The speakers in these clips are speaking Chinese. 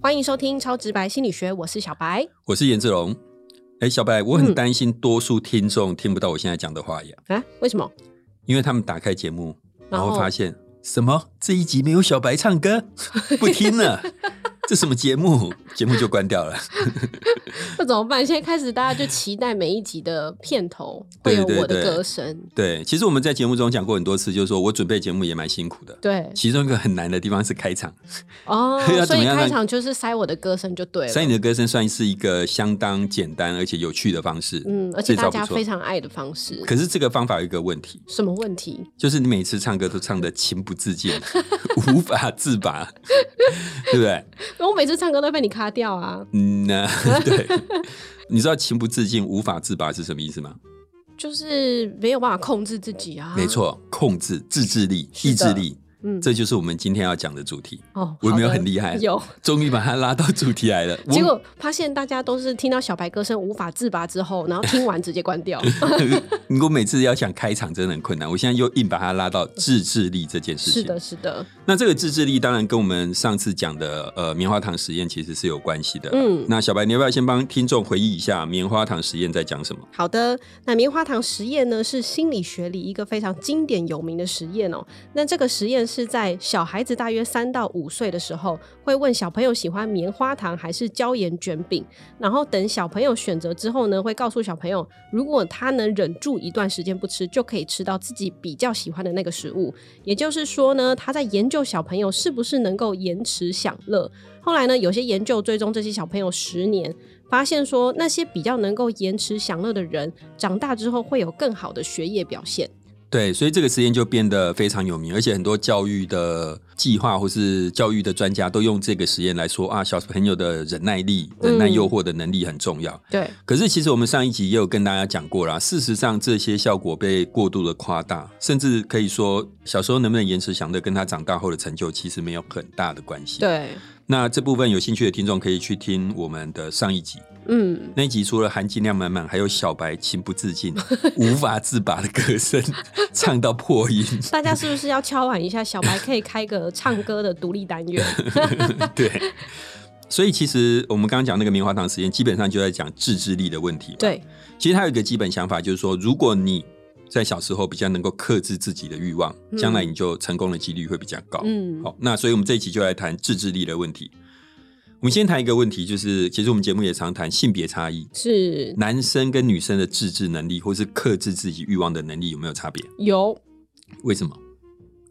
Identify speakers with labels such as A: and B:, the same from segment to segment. A: 欢迎收听《超直白心理学》，我是小白。
B: 我是颜志龙。哎，小白，我
A: 嗯
B: 很担心多数听众听不到我现在讲的话呀，
A: 啊，为什么？
B: 因为他们打开节目，
A: 然
B: 然
A: 后
B: 后发现什么这一集没有小白 唱歌，不听了，这什么节目？节目就关掉了。
A: 那怎么办？现在开始，大家就期待每一集的片头会
B: 对
A: 有
B: 对
A: 我的
B: 对
A: 歌声。
B: 对，其实我们在节目中讲过很多次，就是说我准备节目也蛮辛苦的。
A: 对
B: 其中一个很难的地方是开场，
A: 哦
B: 要，
A: 所
B: 怎
A: 以
B: 么样呢
A: 开场就是塞我的歌声就对了。
B: 所以你的歌声算是一个相当简单而且有趣的方式。
A: 嗯，而且大
B: 这招
A: 家
B: 不错
A: 非常爱的方式。
B: 可是这个方法有一个问题，
A: 什么问题？
B: 就是你每次唱歌都唱的情不自禁， 无法自拔， 对不对？
A: 我每次唱歌都被你卡掉啊，
B: 嗯，那 对，你知道情不自禁、无法自拔是什么意思吗？
A: 就是没有办法控制自己啊。
B: 没，错，控制、自制力、
A: 是的
B: 意志力，
A: 嗯，
B: 这就是我们今天要讲的主题。
A: 哦，
B: 我有没有
A: 好的
B: 很厉害
A: 有，
B: 终于把它拉到主题来了，我
A: 结果发现大家都是听到小白歌声无法自拔之后，然后听完直接关 掉。
B: 你我每 次要想开场真的很困难，我现在又硬把它拉到自制力这件事
A: 是
B: 情。
A: 的，是的，
B: 那这个自制力当然跟我们上次讲的呃棉花糖实验其实是有关系的。
A: 嗯
B: 那小白，你要不要先帮听众回忆一下棉花糖实验在讲什么？
A: 好的，那棉花糖实验呢，是心理学里一个非常经典有名的实验哦。那这个实验是在小孩子大约三到五岁的时候，会问小朋友喜欢棉花糖还是椒盐卷饼，然后等小朋友选择之后呢，会告诉小朋友，如果他能忍住一段时间不吃，就可以吃到自己比较喜欢的那个食物。也就是说呢，他在研究小朋友是不是能够延迟享乐。后来呢，有些研究追踪这些小朋友十年，发现说那些比较能够延迟享乐的人，长大之后会有更好的学业表现。
B: 对，所以这个实验就变得非常有名，而且很多教育的计划或是教育的专家都用这个实验来说啊，小朋友的忍耐力、
A: 嗯
B: 忍耐诱惑的能力很重要。
A: 对，
B: 嗯可是其实我们上一集也有跟大家讲过啦，事实上这些效果被过度的夸大，甚至可以说小时候能不能延迟享乐，跟他长大后的成就其实没有很大的关系。，
A: 对，
B: 那这部分有兴趣的听众可以去听我们的上一集，
A: 嗯，
B: 那一集除了含金量满满，还有小白情不 自禁、无法自拔的歌声，唱到破音。
A: 大家是不是要敲碗一下？小白可以开个唱歌的独立单元。
B: 对，所以其实我们刚刚讲那个棉花糖实验，基本上就在讲自制力的问题。，
A: 对，
B: 其实它有一个基本想法，就是说，如果你在小时候比较能够克制自己的欲望，
A: 嗯
B: 将来你就成功的几率会比较高。
A: 嗯，
B: 好，那所以我们这一期就来谈自制力的问题。我们先谈一个问题，就是其实我们节目也常谈性别差异，
A: 是
B: 男生跟女生的自制能力或是克制自己欲望的能力有没有差别？
A: 有
B: 为什么？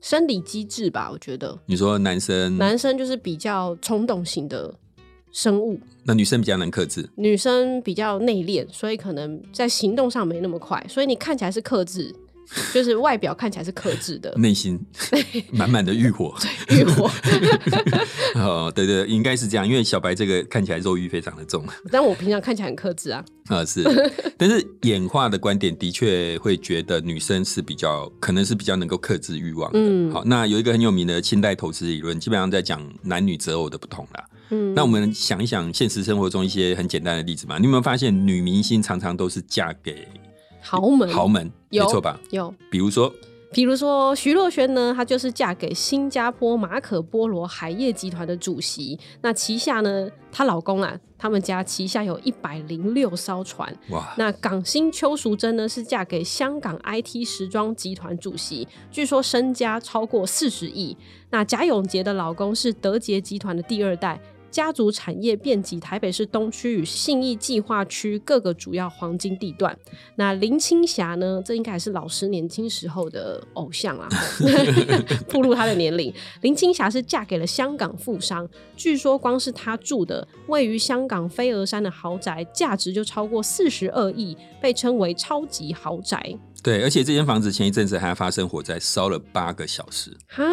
A: 生理机制吧？我觉得
B: 你说男生，
A: 男生就是比较冲动型的生物，
B: 那女生比较难克制，
A: 女生比较内敛，所以可能在行动上没那么快，所以你看起来是克制，就是外表看起来是克制 的
B: 内心 满满的欲火。
A: 欲火。
B: 哦，对对，应该是这样，因为小白这个看起来肉欲非常的重啊、
A: 但我平常看起来很克制啊。
B: 呃是。但是演化的观点的确会觉得女生是比较，可能是比较能够克制欲望的。
A: 嗯
B: 好，那有一个很有名的清代投资理论，基本上在讲男女择偶的不同啦。
A: 嗯，
B: 那我们想一想现实生活中一些很简单的例子嘛，你有没有发现女明星常常都是嫁给
A: 豪门
B: 豪门？没
A: 有
B: 错吧？
A: 有，
B: 比如说，
A: 比如说徐若瑄呢，她就是嫁给新加坡马可波罗海业集团的主席，那旗下呢，她老公啊，他们家旗下有一百零六艘船。
B: 哇，
A: 那港星邱淑贞呢，是嫁给香港 IT 时装集团主席，据说身家超过四十亿。那贾永杰的老公是德杰集团的第二代，家族产业遍及台北市东区与信义计划区各个主要黄金地段。那林青霞呢，这应该还是老师年轻时候的偶像啦， 暴露她的年龄。林青霞是嫁给了香港富商，据说光是她住的位于香港飞鹅山的豪宅，价值就超过四十二亿，被称为超级豪宅。
B: 对，而且这间房子前一阵子还发生火灾，烧了八个小时。
A: 哈，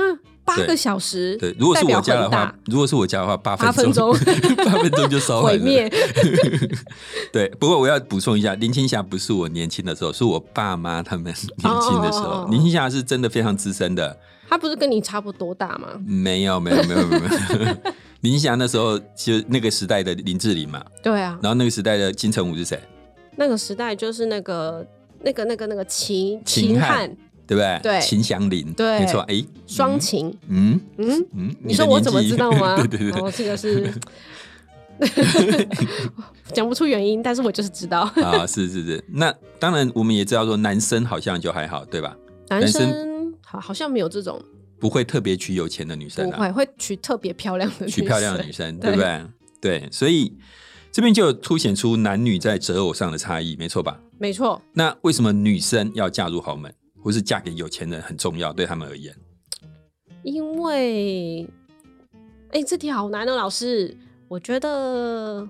A: 八
B: 对
A: 个小时，
B: 对，如果是我家
A: 代
B: 的
A: 表很
B: 话
A: 大，
B: 如果是我家的话，八
A: 八分
B: 分
A: 钟
B: 钟，八分钟就烧完
A: 毁
B: 了。
A: 灭。
B: 对，不过我要补充一下，林青霞不是我年轻的时候，是我爸妈他们年轻的时
A: 哦哦哦
B: 候
A: 哦。
B: 林青霞是真的非常资深的，
A: 他不是跟你差不多大吗？
B: 没有，没有，没有，没有。林青霞那时候就那个时代的林志玲嘛，
A: 对啊，
B: 然后那个时代的金城武是谁？
A: 那个时代就是那个那个那个那个秦
B: 秦汉
A: 汉，
B: 对不对？
A: 对
B: 秦祥林，
A: 对
B: 没错。哎，
A: 双琴，
B: 嗯
A: 嗯，
B: 嗯，
A: 你说我怎么
B: 你
A: 知
B: 的
A: 道
B: 年纪
A: 吗？
B: 对对对
A: 哦
B: 对，
A: 这个是 讲不出原因，但是我就是知道，
B: 啊，是是是。那当然，我们也知道说男生好像就还好，对吧？
A: 男
B: 生
A: 生好好像没有这种，
B: 不会特别娶有钱的女生
A: 不
B: 啊，
A: 会会娶特别漂亮的，
B: 娶漂亮的 女，生，
A: 对
B: 对不对？对，所以这边就凸显出男女在择偶上的差异，没错吧？
A: 没错，
B: 那为什么女生要嫁入豪门，或是嫁给有钱人很重要？对他们而言，
A: 因为，哎、这题好难哦，老师，我觉得，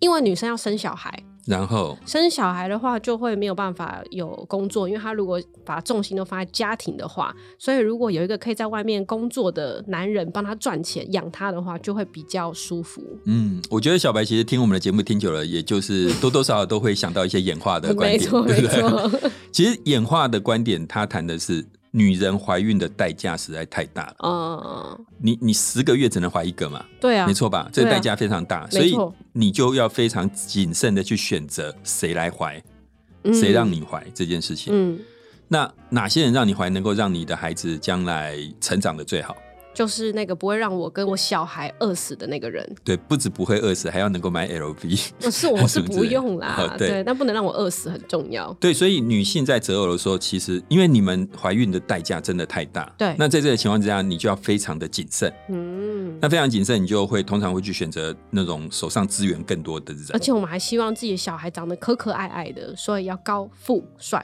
A: 因为女生要生小孩，
B: 然后
A: 生小孩的话，就会没有办法有工作，因为他如果把重心都放在家庭的话，所以如果有一个可以在外面工作的男人帮他赚钱养他的话，就会比较舒服。
B: 嗯，我觉得小白其实听我们的节目听久了，也就是多多少少都会想到一些演化的观
A: 没
B: 点，
A: 错，
B: 对
A: 没
B: 不对？
A: 错。
B: 其实演化的观点，他谈的是女人怀孕的代价实在太大了。
A: 嗯，
B: 你你十个月只能怀一个嘛，
A: 对啊，
B: 没。错吧？这个
A: 对啊
B: 代价非常大，
A: 错
B: 所以你就要非常谨慎的去选择谁来怀，谁让
A: 你？
B: 你怀这件事情。
A: 嗯，
B: 那哪些人让你怀，能够让你的孩子将来成长的最好？
A: 就是那个不会让我跟我小孩饿死的那个人。
B: 对，不止不会饿死，还要能够买 LV。
A: 呃是我
B: 什
A: 是
B: 么之
A: 不
B: 类的
A: 用啦
B: 哦，对
A: 对，但不能让我饿死很重要。
B: 对，所以女性在择偶的时候，其实因为你们怀孕的代价真的太大，
A: 对
B: 那在这个情况之下，你就要非常的谨慎。
A: 嗯，
B: 那非常谨慎，你就会通常会去选择那种手上资源更多的人。
A: 而且我们还希望自己的小孩长得可可爱爱的，所以要高富帅。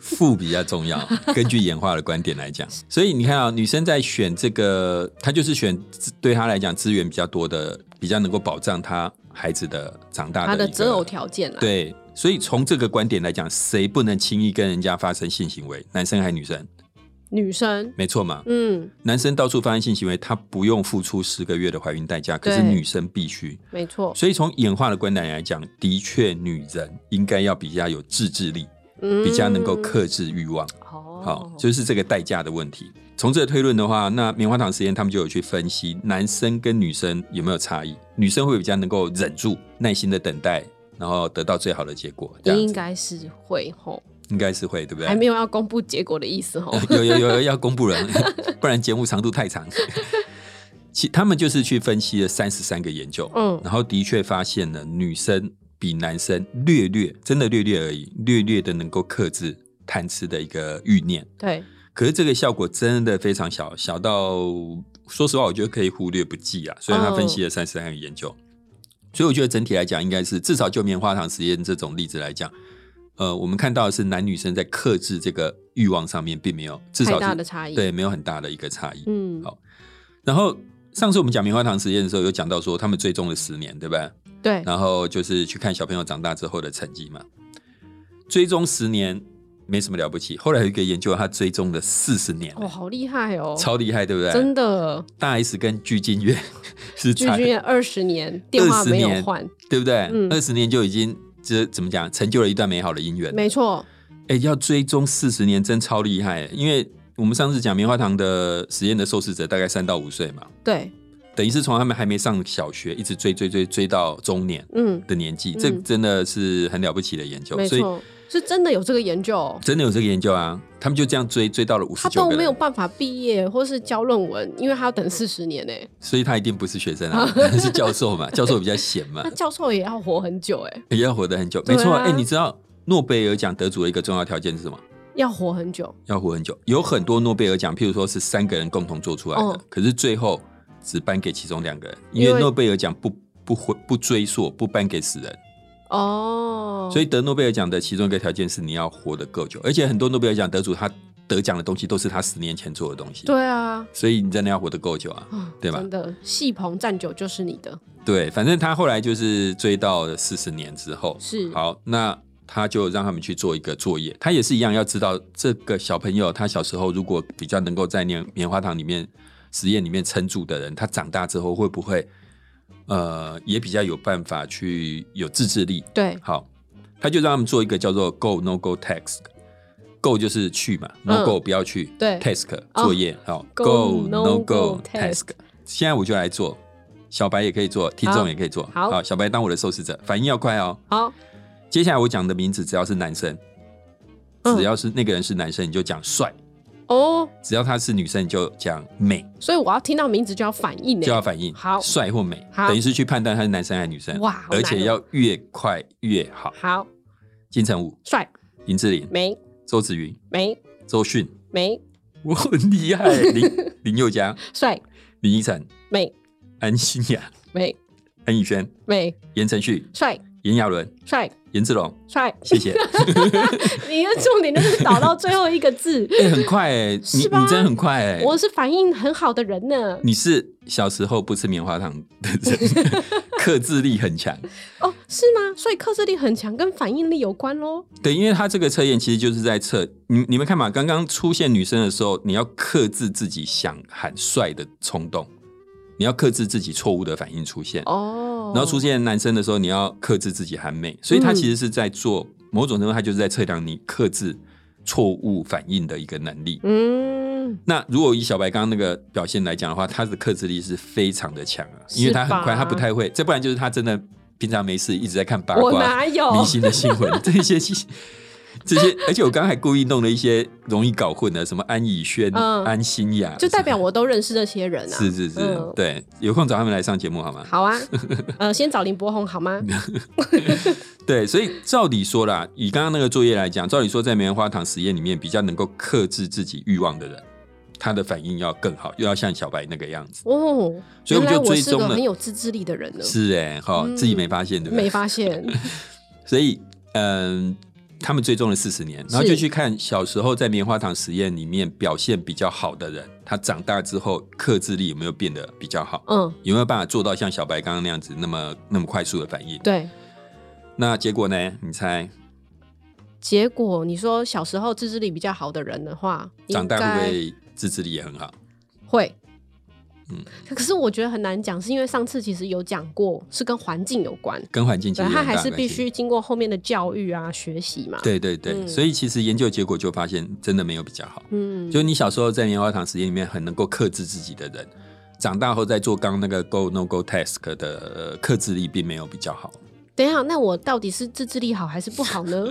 B: 富比较重要， 根据演化的观点来讲，所以你看啊，女生在选这个，她就是选资对她来讲资源比较多的，比较能够保障她孩子的长大的
A: 他的
B: 一个
A: 择偶条件啊啦，
B: 对，所以从这个观点来讲，谁不能轻易跟人家发生性行为？男生还女生？
A: 女生，
B: 没错嘛，
A: 嗯，
B: 男生到处发生性行为，他不用付出十个月的怀孕代价，可是
A: 对
B: 女生必须。
A: 没错，
B: 所以从演化的观点来讲，的确女人应该要比较有自制力，
A: 嗯，
B: 比较能够克制欲望。
A: 哦，
B: 好，就是这个代价的问题。从这个推论的话，那棉花糖实验他们就有去分析男生跟女生有没有差异，女生会比较能够忍住，耐心的等待，然后得到最好的结果。这样
A: 应
B: 子
A: 该是会吼，
B: 应该是会，对不对？
A: 还没有要公布结果的意思吼，
B: 有有有有要公布了， 不然节目长度太长。 其他们就是去分析了三十三个研究，
A: 嗯
B: 然后的确发现呢，女生比男生略略，真的略略而已，略略的能够克制贪吃的一个欲念。
A: 对，
B: 可是这个效果真的非常小，小到说实话，我觉得可以忽略不计啊。虽然他分
A: 哦
B: 析了三十三个研究，所以我觉得整体来讲，应该是至少就棉花糖实验这种例子来讲，呃，我们看到的是男女生在克制这个欲望上面，并没有至少
A: 太
B: 是
A: 大的差异，
B: 对没有很大的一个差异。
A: 嗯，
B: 好然后上次我们讲棉花糖实验的时候，有讲到说他们追踪了十年，对吧？
A: 对，
B: 然后就是去看小朋友长大之后的成绩嘛。追踪十年没什么了不起，后来有一个研究，他追踪了四十年、
A: 哦，好厉害哦，
B: 超厉害，对不对？
A: 真的，
B: 大 S 跟鞠婧祎 是
A: 巨
B: 差，
A: 君二十年电话没有换，
B: 对不对？
A: 嗯
B: 二十、年就已经这怎么讲，成就了一段美好的姻缘。
A: 没错，
B: 哎，要追踪四十年真超厉害，因为我们上次讲棉花糖的实验的受试者大概三到五岁嘛，
A: 对，
B: 等于是从他们还没上小学一直追追追追到中年
A: 嗯，
B: 的年纪，这
A: 嗯
B: 真的是很了不起的研究。
A: 没
B: 所以
A: 错，是真的有这个研究哦。
B: 真的有这个研究啊，他们就这样追追到了五十
A: 他
B: 九
A: 都
B: 个人
A: 没有办法毕业或是交论文，因为他要等四十年呢。欸
B: 所以他一定不是学生啊， 是教授 嘛，教授比较闲嘛
A: 那，教授也要活很久哎，
B: 也要活得很久。
A: 对
B: 没
A: 啊
B: 错，哎、你知道诺贝尔奖得主的一个重要条件是什么？
A: 要活很久，
B: 要活很久。有很多诺贝尔奖，譬如说是三个人共同做出来的，
A: 哦
B: 可是最后只颁给其中两个人，
A: 因
B: 因
A: 为
B: 为诺贝尔奖不不回不追溯，不颁给死人。
A: 哦，
B: 所以得诺贝尔奖的其中一个条件是你要活得够久，而且很多诺贝尔奖得主他得奖的东西都是他十年前做的东西。
A: 对啊，
B: 所以你真的要活得够久啊！
A: 啊
B: 对吧
A: 真的，戏棚站久就是你的，
B: 对，反正他后来就是追到了四十年之后，
A: 是
B: 好，那他就让他们去做一个作业，他也是一样要知道这个小朋友他小时候如果比较能够在棉棉花糖里面实验里面撑住的人，他长大之后会不会呃也比较有办法去有自制力？
A: 对，
B: 好，他就让他们做一个叫做 “go no go task”。go 就是去嘛，no
A: 嗯
B: go 不要去，
A: 对
B: ，task
A: 哦
B: 作业，好
A: Go,
B: ，go
A: no
B: no
A: go
B: go
A: task
B: task。现在我就来做，小白也可以做，听众也可以做。
A: 好
B: 小白当我的受试者，反应要快哦。
A: 好，
B: 接下来我讲的名字只要是男生，
A: 嗯
B: 只要是那个人是男生，你就讲帅；
A: 哦，
B: 只要他是女生，你就讲美，
A: 所以我要听到名字就要反应欸呢、
B: 就要反应
A: 好
B: 帅或美，
A: 好
B: 等于是去判断他是男生还是女生。
A: 哇好难
B: 而且
A: 哦
B: 要越快越好。
A: 好，
B: 金城武、
A: 帅，
B: 林志玲、
A: 美，
B: 周子云、
A: 美，
B: 周迅，
A: 美，
B: 我很 厉害。林林宥嘉、
A: 帅，
B: 林依晨、
A: 美，
B: 安心亚、
A: 美，
B: 安以轩、
A: 美，
B: 言承旭、
A: 帅，
B: 炎亚纶、
A: 帅，
B: 颜志龙，
A: 帅。
B: 谢谢。
A: 你的重点就是导到最后一个 字，
B: 哎、很快哎、你
A: 是吧
B: 你真的很快哎、
A: 我是反应很好的人呢。
B: 你是小时候不吃棉花糖的人， 克制力很强。
A: 哦，是吗？所以克制力很强，跟反应力有关喽。
B: 对，因为他这个测验其实就是在测你，你们看嘛，刚刚出现女生的时候，你要克制自己想喊帅的冲动，你要克制自己错误的反应出现。
A: 哦，
B: 然后出现男生的时候，你要克制自己喊美，所以他
A: 嗯
B: 其实是在做某种程度，他就是在测量你克制错误反应的一个能力。
A: 嗯，
B: 那如果以小白刚刚那个表现来讲的话，他的克制力是非常的强啊，因为他很快，
A: 是吧
B: 他不太会，再不然就是他真的平常没事一直在看八
A: 我
B: 卦、
A: 哪有？
B: 明星的新闻 这些这些，而且我刚刚还故意弄了一些容易搞混的，什么安以轩、
A: 嗯
B: 安心雅，
A: 就代表我都认识这些人啊。
B: 是是是，
A: 嗯
B: 对，有空找他们来上节目好吗？
A: 好 啊，呃，先找林柏宏好吗？
B: 对，所以照理说啦，以刚刚那个作业来讲，照理说在棉花糖实验里面比较能够克制自己欲望的人，他的反应要更好，又要像小白那个样子。
A: 哦，
B: 所以我
A: 原
B: 们
A: 来
B: 就
A: 我
B: 追
A: 是
B: 踪
A: 个
B: 了
A: 很有自制力的人呢，
B: 是哎、好、
A: 嗯
B: 自己没发现对不对？
A: 没发现。
B: 所以，嗯、他们追踪了四十年，然后
A: 是
B: 就去看小时候在棉花糖实验里面表现比较好的人，他长大之后克制力有没有变得比较好，
A: 嗯，
B: 有没有办法做到像小白刚刚那样子那么那么快速的反应？
A: 对。
B: 那结果呢？你猜
A: 结果你说小时候自制力比较好的人的话，
B: 长大会不
A: 应
B: 会自制力也很好？
A: 该会？
B: 嗯
A: 可是我觉得很难讲，是因为上次其实有讲过，是跟环境有关，
B: 跟环境其
A: 对，
B: 实有
A: 他
B: 很大
A: 还
B: 的
A: 是
B: 关
A: 必
B: 系
A: 须经过后面的教育啊、学习嘛。，
B: 对对对，
A: 嗯
B: 所以其实研究结果就发现，真的没有比较好。
A: 嗯，
B: 就你小时候在棉花糖实验里面很能够克制自己的人，长大后在做刚刚那个 go no go task 的呃克制力并没有比较好。
A: 等一下，那我到底是自制力好还是不好 呢？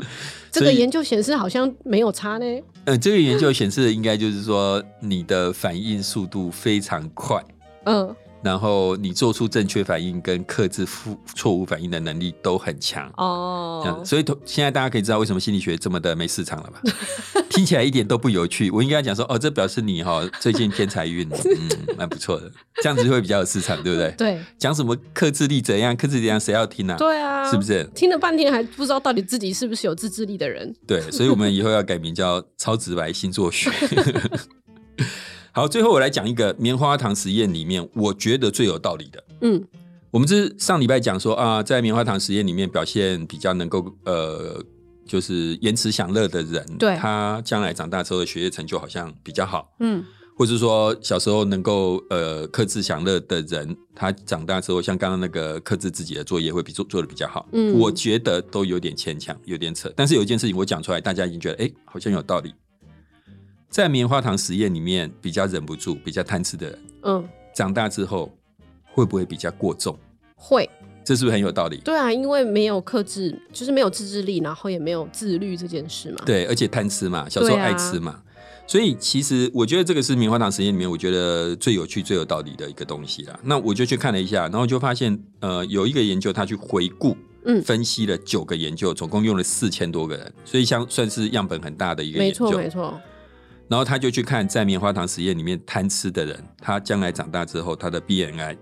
A: 这
B: 所
A: 个
B: 以
A: 研究显示好像没有差呢。
B: 呃，这个研究显示的应该就是说你的反应速度非常快，
A: 嗯，
B: 然后你做出正确反应跟克制负错误反应的能力都很强。这样
A: 哦
B: 子，所以同现在大家可以知道为什么心理学这么的没市场了吧？听起来一点都不有趣。我应该讲说，哦，这表示你哈、最近偏财运，嗯，蛮不错的，这样子会比较有市场，对不对？
A: 对
B: 讲什么克制力怎样，克制力怎样，谁要听啊？
A: 对啊，
B: 是不？是？
A: 听了半天还不知道到底自己是不是有自制力的人。
B: 对，所以我们以后要改名叫“超直白星座学” 。好，最后我来讲一个棉花糖实验里面，我觉得最有道理的。
A: 嗯，
B: 我们这上礼拜讲说啊，在棉花糖实验里面表现比较能够呃，就是延迟享乐的人，
A: 对
B: 他将来长大之后的学业成就好像比较好，
A: 嗯，
B: 或是说小时候能够呃克制享乐的人，他长大之后像刚刚那个克制自己的作业会比做做的比较好。
A: 嗯
B: 我觉得都有点牵强，有点扯。但是有一件事情我讲出来，大家已经觉得哎、诶好像有道理。在棉花糖实验里面，比较忍不住、比较贪吃的人，
A: 嗯，
B: 长大之后会不会比较过重？
A: 会。
B: 这是不是很有道理？
A: 对啊，因为没有克制，就是没有自制力，然后也没有自律这件事嘛。，
B: 对，而且贪吃嘛，小时候
A: 对啊
B: 爱吃嘛，所以其实我觉得这个是棉花糖实验里面我觉得最有趣、最有道理的一个东西啦。那我就去看了一下，然后就发现，呃，有一个研究他去回顾。
A: 嗯
B: 分析了九个研究，总共用了四千多个人，所以相算是样本很大的一个
A: 没
B: 研
A: 错
B: 究。
A: 没错。
B: 然后他就去看在棉花糖实验里面贪吃的人，他将来长大之后，他的 BMI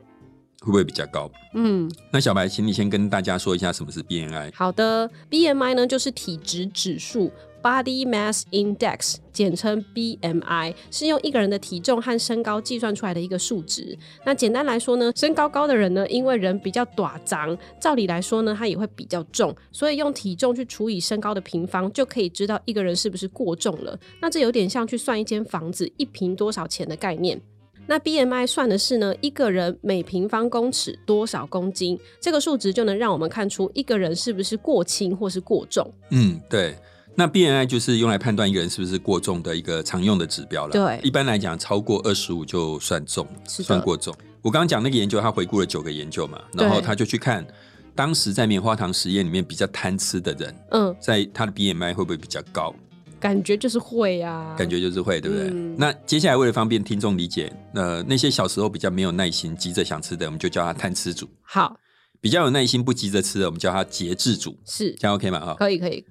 B: 会不会比较高？
A: 嗯，
B: 那小白，请你先跟大家说一下什么是 BMI。
A: 好的，BMI 呢就是体脂指数。Body Mass Index，简称 BMI，是用一个人的体重和身高计算出来的一个数值。那简单来说呢，身高高的人呢，因为人比较短长，照理来说呢，他也会比较重，所以用体重去除以身高的平方，就可以知道一个人是不是过重了。那这有点像去算一间房子一平多少钱的概念。那 BMI 算的是呢，一个人每平方公尺多少公斤，这个数值就能让我们看出一个人是不是过轻或是过重。
B: 嗯，对。那 BMI 就是用来判断一个人是不是过重的一个常用的指标了。
A: 对
B: 一般来讲，超过二十五就算重，
A: 是的
B: 算过重。我刚刚讲那个研究，他回顾了九个研究嘛，然后
A: 对
B: 他就去看当时在棉花糖实验里面比较贪吃的人，
A: 嗯，哦
B: 在他的 BMI 会不会比较高？
A: 感觉就是会啊呀、
B: 感觉就是会，对不对？
A: 嗯
B: 那接下来为了方便听众理解，呃，那些小时候比较没有耐心、急着想吃的，我们就叫他贪吃组；
A: 好
B: 比较有耐心、不急着吃的，我们叫他节制组，
A: 是
B: 这样 OK 吗？啊、
A: 可以可以，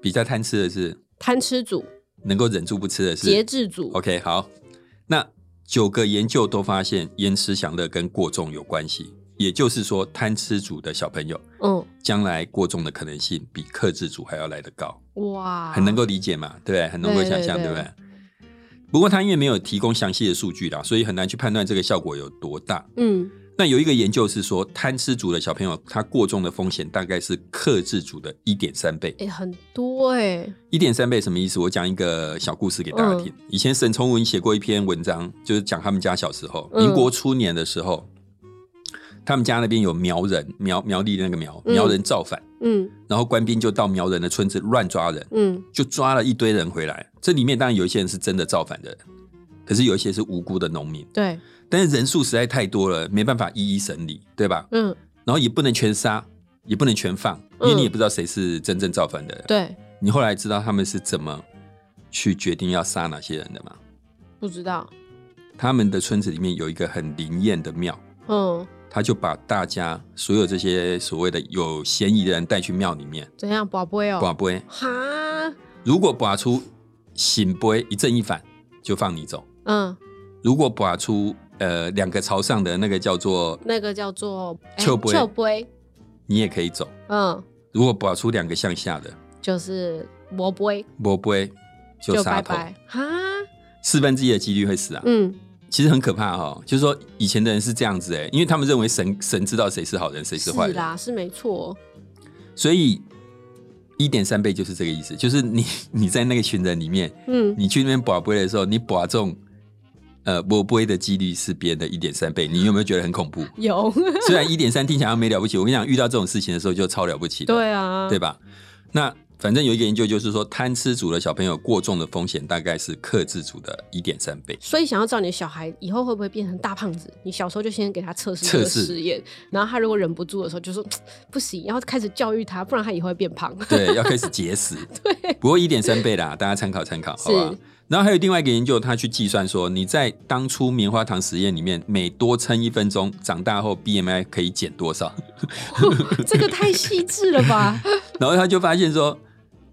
B: 比较贪吃的是
A: 贪吃组、
B: 能够忍住不吃的是
A: 节制组
B: OK，好，那九个研究都发现延迟享乐跟过重有关系，也就是说，贪吃组的小朋友
A: 嗯，
B: 将来过重的可能性比克制组还要来得高，
A: 哇，
B: 很能够理解嘛，对不啊对？很能够
A: 对对
B: 想象，对
A: 对
B: 不对？不过他因为没有提供详细的数据啦，所以很难去判断这个效果有多大。
A: 嗯
B: 那有一个研究是说，贪吃组的小朋友他过重的风险大概是克制组的一点三倍。
A: 哎、很多哎、
B: 一点三倍什么意思？我讲一个小故事给大家
A: 嗯
B: 听。以前沈从文写过一篇文章，就是讲他们家小时候，
A: 嗯
B: 民国初年的时候，他们家那边有苗人，苗苗栗那个苗，
A: 嗯
B: 苗人造反，
A: 嗯
B: 然后官兵就到苗人的村子乱抓人，
A: 嗯
B: 就抓了一堆人回来。这里面当然有一些人是真的造反的人，可是有一些是无辜的农民，
A: 对
B: 但是人数实在太多了，没办法一一审理，对吧？
A: 嗯
B: 然后也不能全杀，也不能全放，因为你也不知道谁是真正造反的人。
A: 对，
B: 你后来知道他们是怎么去决定要杀哪些人的吗？
A: 不知道
B: 他们的村子里面有一个很灵验的庙，
A: 嗯
B: 他就把大家所有这些所谓的有嫌疑的人带去庙里面
A: 怎样宝贝
B: 把
A: 哦
B: 杯，
A: 哈
B: 如果把出醒杯一正一反，就放你走；
A: 嗯
B: 如果把出呃两个朝上的那个叫做
A: 那个叫做诶
B: 笑杯
A: 笑杯
B: 你也可以走；
A: 嗯
B: 如果把出两个向下的
A: 就是魔杯
B: 波杯，就啊
A: 就拜
B: 杀头，
A: 拜哈
B: 四分之一的几率会死啊。
A: 嗯
B: 其实很可怕哦，就是说以前的人是这样子哎，因为他们认为神神知道谁是好人，谁是坏人，
A: 啦是没错哦
B: 所以一点三倍就是这个意思，就是你 你在那个群人里面，
A: 嗯
B: 你去那边把杯的时候，你把中呃波杯的几率是别人的一点三倍，你有没有觉得很恐 怖？
A: 有
B: 虽然一点三听起来好像没了不起，我跟你讲，遇到这种事情的时候就超了不起的，
A: 对啊
B: 对吧？那反正有一个研究就是说，贪吃组的小朋友过重的风险大概是克制组的一点三倍。
A: 所以想要找你的小孩以后会不会变成大胖子，你小时候就先给他测试这个
B: 测试
A: 实验，然后他如果忍不住的时候，就说嘖不行，要开始教育他，不然他以后会变胖。
B: 对，要开始节食。
A: 对，
B: 不过一点三倍啦，大家参考参考，好吧
A: 是？
B: 然后还有另外一个研究，他去计算说，你在当初棉花糖实验里面，每多撑一分钟，长大后 BMI 可以减多少？
A: 这个太细致了吧？
B: 然后他就发现说，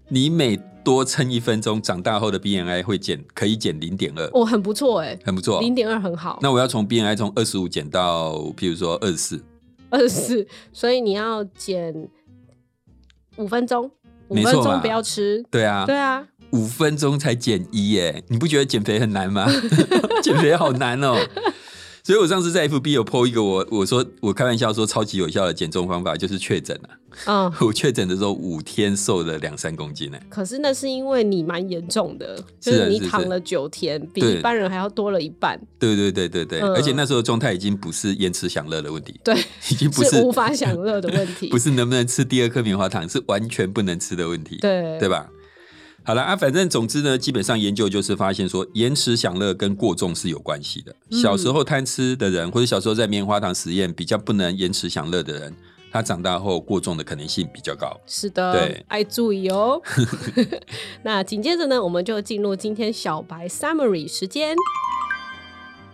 B: 你每多撑一分钟，长大后的 BMI 会减，可以减零点二，
A: 哦，很不错哎、
B: 很不错。
A: 零点二很好，
B: 那我要从 BMI 从二十五减到，譬如说二十四，
A: 二四，所以你要减五分钟，五
B: 没
A: 分
B: 错嘛
A: 钟不要吃。
B: 对啊，
A: 对啊，
B: 五分钟才减一耶，你不觉得减肥很难吗？ 减肥好难哦。所以我上次在 FB 有 PO 一个我我说我开玩笑说超级有效的减重方法就是确诊啊，
A: 嗯，
B: 我确诊的时候五天瘦了两三公斤呢。
A: 可是那是因为你蛮严重的，就是
B: 啊
A: 你
B: 是是
A: 躺了九天，比
B: 对
A: 一般人还要多了一半，
B: 对对对对对，
A: 嗯
B: 而且那时候的状态已经不是延迟享乐的问题，
A: 对，
B: 已经不是
A: 无法享乐的问题。
B: 不是能不能吃第二颗棉花糖，是完全不能吃的问题。
A: 对
B: 对吧？好了啊，反正总之呢，基本上研究就是发现说，延迟享乐跟过重是有关系的。
A: 嗯
B: 小时候贪吃的人，或者小时候在棉花糖实验比较不能延迟享乐的人，他长大后过重的可能性比较高。
A: 是的，
B: 对
A: 爱注意哦。 那紧接着呢，我们就进入今天小白 summary 时间。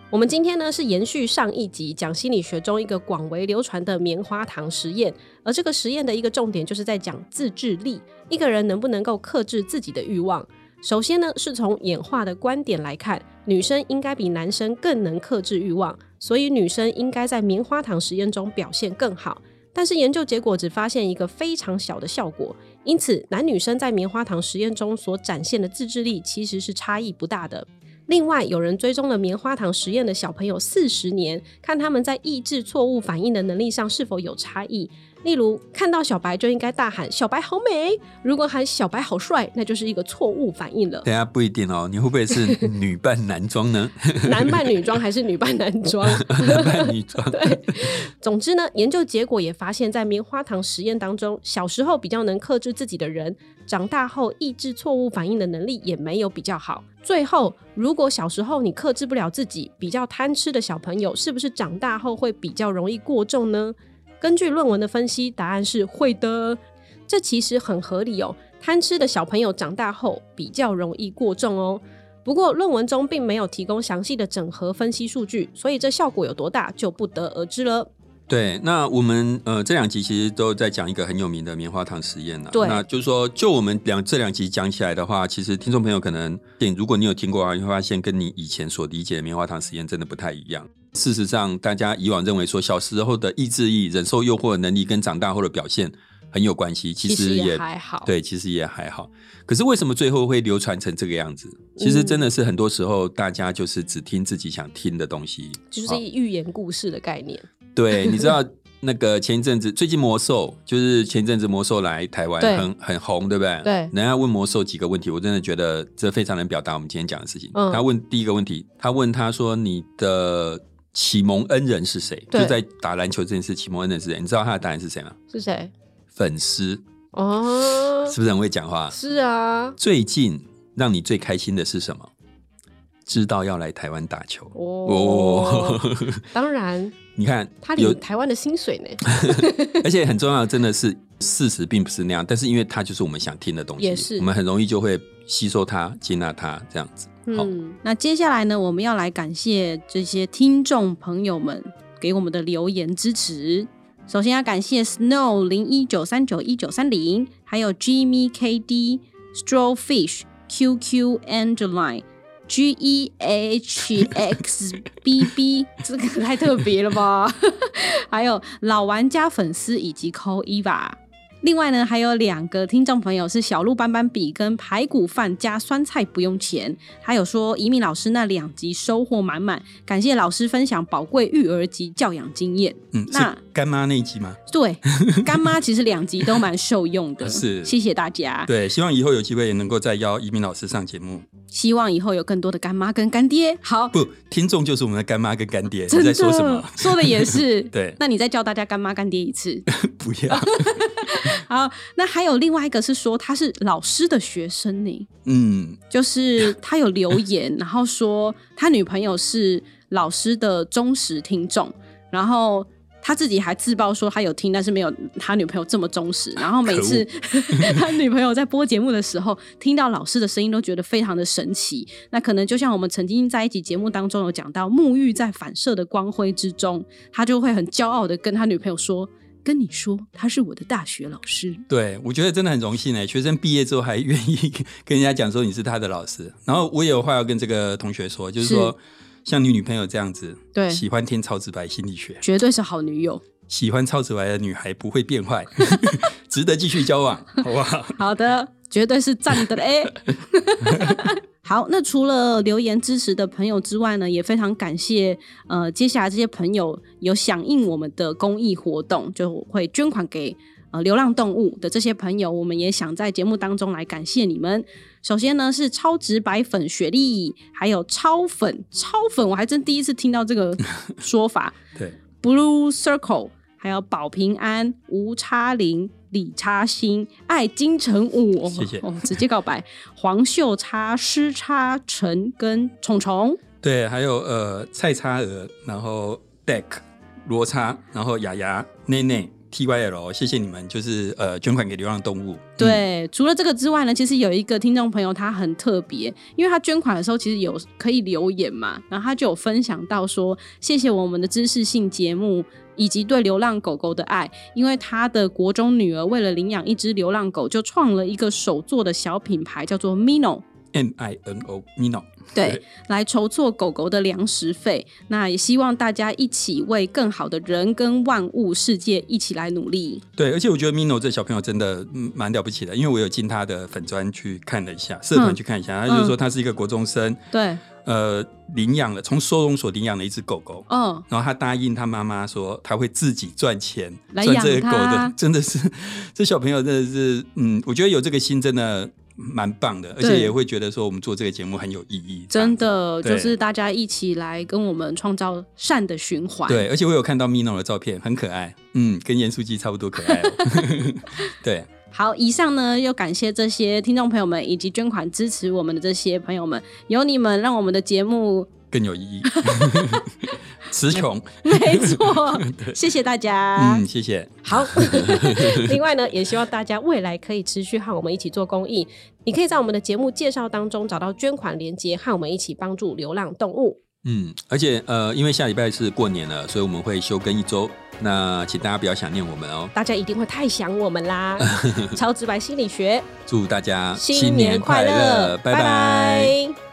A: 我们今天呢是延续上一集讲心理学中一个广为流传的棉花糖实验，而这个实验的一个重点就是在讲自制力，一个人能不能够克制自己的欲望。首先呢，是从演化的观点来看，女生应该比男生更能克制欲望，所以女生应该在棉花糖实验中表现更好。但是研究结果只发现一个非常小的效果，因此男女生在棉花糖实验中所展现的自制力其实是差异不大的。另外，有人追踪了棉花糖实验的小朋友四十年，看他们在抑制错误反应的能力上是否有差异。例如，看到小白就应该大喊“小白好美”，如果喊“小白好帅”，那就是一个错误反应了。
B: 等下不一定哦，你会不会是女扮男装呢？
A: 男扮女装还是女扮男装？
B: 男扮女装，
A: 总之呢，研究结果也发现，在棉花糖实验当中，小时候比较能克制自己的人，长大后抑制错误反应的能力也没有比较好。最后，如果小时候你克制不了自己，比较贪吃的小朋友，是不是长大后会比较容易过重呢？根据论文的分析，答案是会的。这其实很合理哦，
C: 贪吃的小朋友长大后比较容易过重哦。不过论文中并没有提供详细的整合分析数据，所以这效果有多大就不得而知了。
B: 对，那我们呃这两集其实都在讲一个很有名的棉花糖实验呢、
C: 对
B: 那就是说，就我们两这两集讲起来的话，其实听众朋友可能，如果你有听过啊，你会发现跟你以前所理解的棉花糖实验真的不太一样。事实上，大家以往认为说小时候的意志力、忍受诱惑的能力跟长大后的表现很有关系，其实
C: 也
B: 也
C: 还好，，
B: 对，其实也还好。可是为什么最后会流传成这个样子？其
C: 嗯
B: 实真的是很多时候大家就是只听自己想听的东西，
C: 就是
B: 好
C: 寓言故事的概念。
B: 对，你知道那个前一阵子，最 近魔兽就是前一阵子魔兽来台湾
C: 对
B: 很很红，对不对？
C: 对
B: 人家问魔兽几个问题，我真的觉得这非常能表达我们今天讲的事情。
C: 嗯
B: 他问第一个问题，他问他说你的启蒙恩人是谁？
C: 对
B: 就在打篮球这件事，启蒙恩人是谁？你知道他的答案是谁吗？
C: 是谁？
B: 粉丝
C: 哦，
B: 是不是很会讲话？
C: 是啊，
B: 最近让你最开心的是什么？知道要来台湾打球
C: 哦，当然，
B: 你看
C: 他
B: 有
C: 领台湾的薪水呢，
B: 而且很重要的真的是事实并不是那样，但是因为它就是我们想听的东西，
C: 也是
B: 我们很容易就会吸收它、接纳它这样子。好
C: 嗯，
A: 那接下来呢，我们要来感谢这些听众朋友们给我们的留言支持。首先要感谢 Snow 零一九三九一九三零，还有 Jimmy K D、Strawfish、QQ Angeline、G E A H X B B，这个太特别了吧？ 还有老玩家粉丝以及 Co Eva。另外呢，还有两个听众朋友是小鹿斑斑比跟排骨饭加酸菜不用钱，他有说移民老师那两集收获满满，感谢老师分享宝贵育儿及教养经验。
B: 嗯，是
A: 那
B: 干妈那一集吗？
A: 对，干妈其实两集都蛮受用 的，
B: 啊是
A: 谢谢大家。
B: 对，希望以后有机会能够再邀一鸣老师上节目。
A: 希望以后有更多的干妈跟干爹。好，
B: 不，听众就是我们的干妈跟干爹，
A: 真
B: 你
A: 的
B: 在说什么？
A: 说的也是。
B: 对
A: 那你再教大家干妈干爹一次。
B: 不要，
A: 好，那还有另外一个是说他是老师的学生呢，
B: 嗯，
A: 就是他有留言， 然后说他女朋友是老师的忠实听众，然后他自己还自曝说他有听，但是没有他女朋友这么忠实。然后每次 他女朋友在播节目的时候，听到老师的声音都觉得非常的神奇。那可能就像我们曾经在一集节目当中有讲到，沐浴在反射的光辉之中，他就会很骄傲的跟他女朋友说：“跟你说，他是我的大学老师。”
B: 对，我觉得真的很荣幸哎，学生毕业之后还愿意 跟人家讲说你是他的老师。然后我也有话要跟这个同学说，就是说像你女朋友这样子，
A: 对
B: 喜欢听超直白心理学，
A: 绝对是好女友。
B: 喜欢超直白的女孩不会变坏， 值得继续交往，好不好？
A: 好的，绝对是赞的嘞。 好，那除了留言支持的朋友之外呢，也非常感谢呃，接下来这些朋友有响应我们的公益活动，就会捐款给呃流浪动物的这些朋友，我们也想在节目当中来感谢你们。首先呢是超直白粉雪莉，还有超粉超粉，我还真第一次听到这个说法。
B: 对，
A: Blue Circle，还有保平安、吴差林、李差兴、爱金城武，哦
B: 谢谢
A: 哦，直接告白，黄秀叉、施叉陈跟虫虫，
B: 对，还有呃蔡差额，然后 Deck 罗差，然后雅雅内内 T Y L，谢谢你们，就是呃捐款给流浪动物。嗯，
A: 对，除了这个之外呢，其实有一个听众朋友他很特别，因为他捐款的时候其实有可以留言嘛，然后他就有分享到说，谢谢我们的知识性节目。以及对流浪狗狗的爱，因为他的国中女儿为了领养一只流浪狗，就创了一个手做的小品牌，叫做 Mino。
B: M I N O Mino，
A: 对
B: 对，
A: 来筹措狗狗的粮食费。那也希望大家一起为更好的人跟万物世界一起来努力。
B: 对，而且我觉得 Mino 这小朋友真的嗯蛮了不起的，因为我有进他的粉专去看了一下，社团去看一下，他就是说他是一个国中生，
A: 对，
B: 呃，领养了从收容所领养了一只狗狗，
A: 嗯，
B: 然后他答应他妈妈说他会自己赚钱
A: 来
B: 赚
A: 养
B: 这个狗
A: 它
B: 的，真的是 这小朋友真的是，嗯，我觉得有这个心真的蛮棒的，而且
A: 对
B: 也会觉得说我们做这个节目很有意义，这样
A: 真
B: 子。
A: 的
B: 对
A: 就是大家一起来跟我们创造善的循环。
B: 对，而且我有看到 Mino 的照片，很可爱，嗯，跟盐酥鸡差不多可 爱、哦。对，
A: 好，以上呢又感谢这些听众朋友们以及捐款支持 我们的这些朋友们，有你们让我们的节目
B: 更有意义，词穷。
D: 没 错，谢谢大家。
B: 嗯，谢谢。
A: 好， 另外呢，也希望大家未来可以持续和我们一起做公益。你可以在我们的节目介绍当中找到捐款链接，和我们一起帮助流浪动物。
B: 嗯，而且呃，因为下礼拜是过年了，所以我们会休更一周。那请大家不要想念我们哦。
A: 大家一定会太想我们 啦！超直白心理学，
B: 祝大家
A: 新年快
B: 乐，拜
A: 拜拜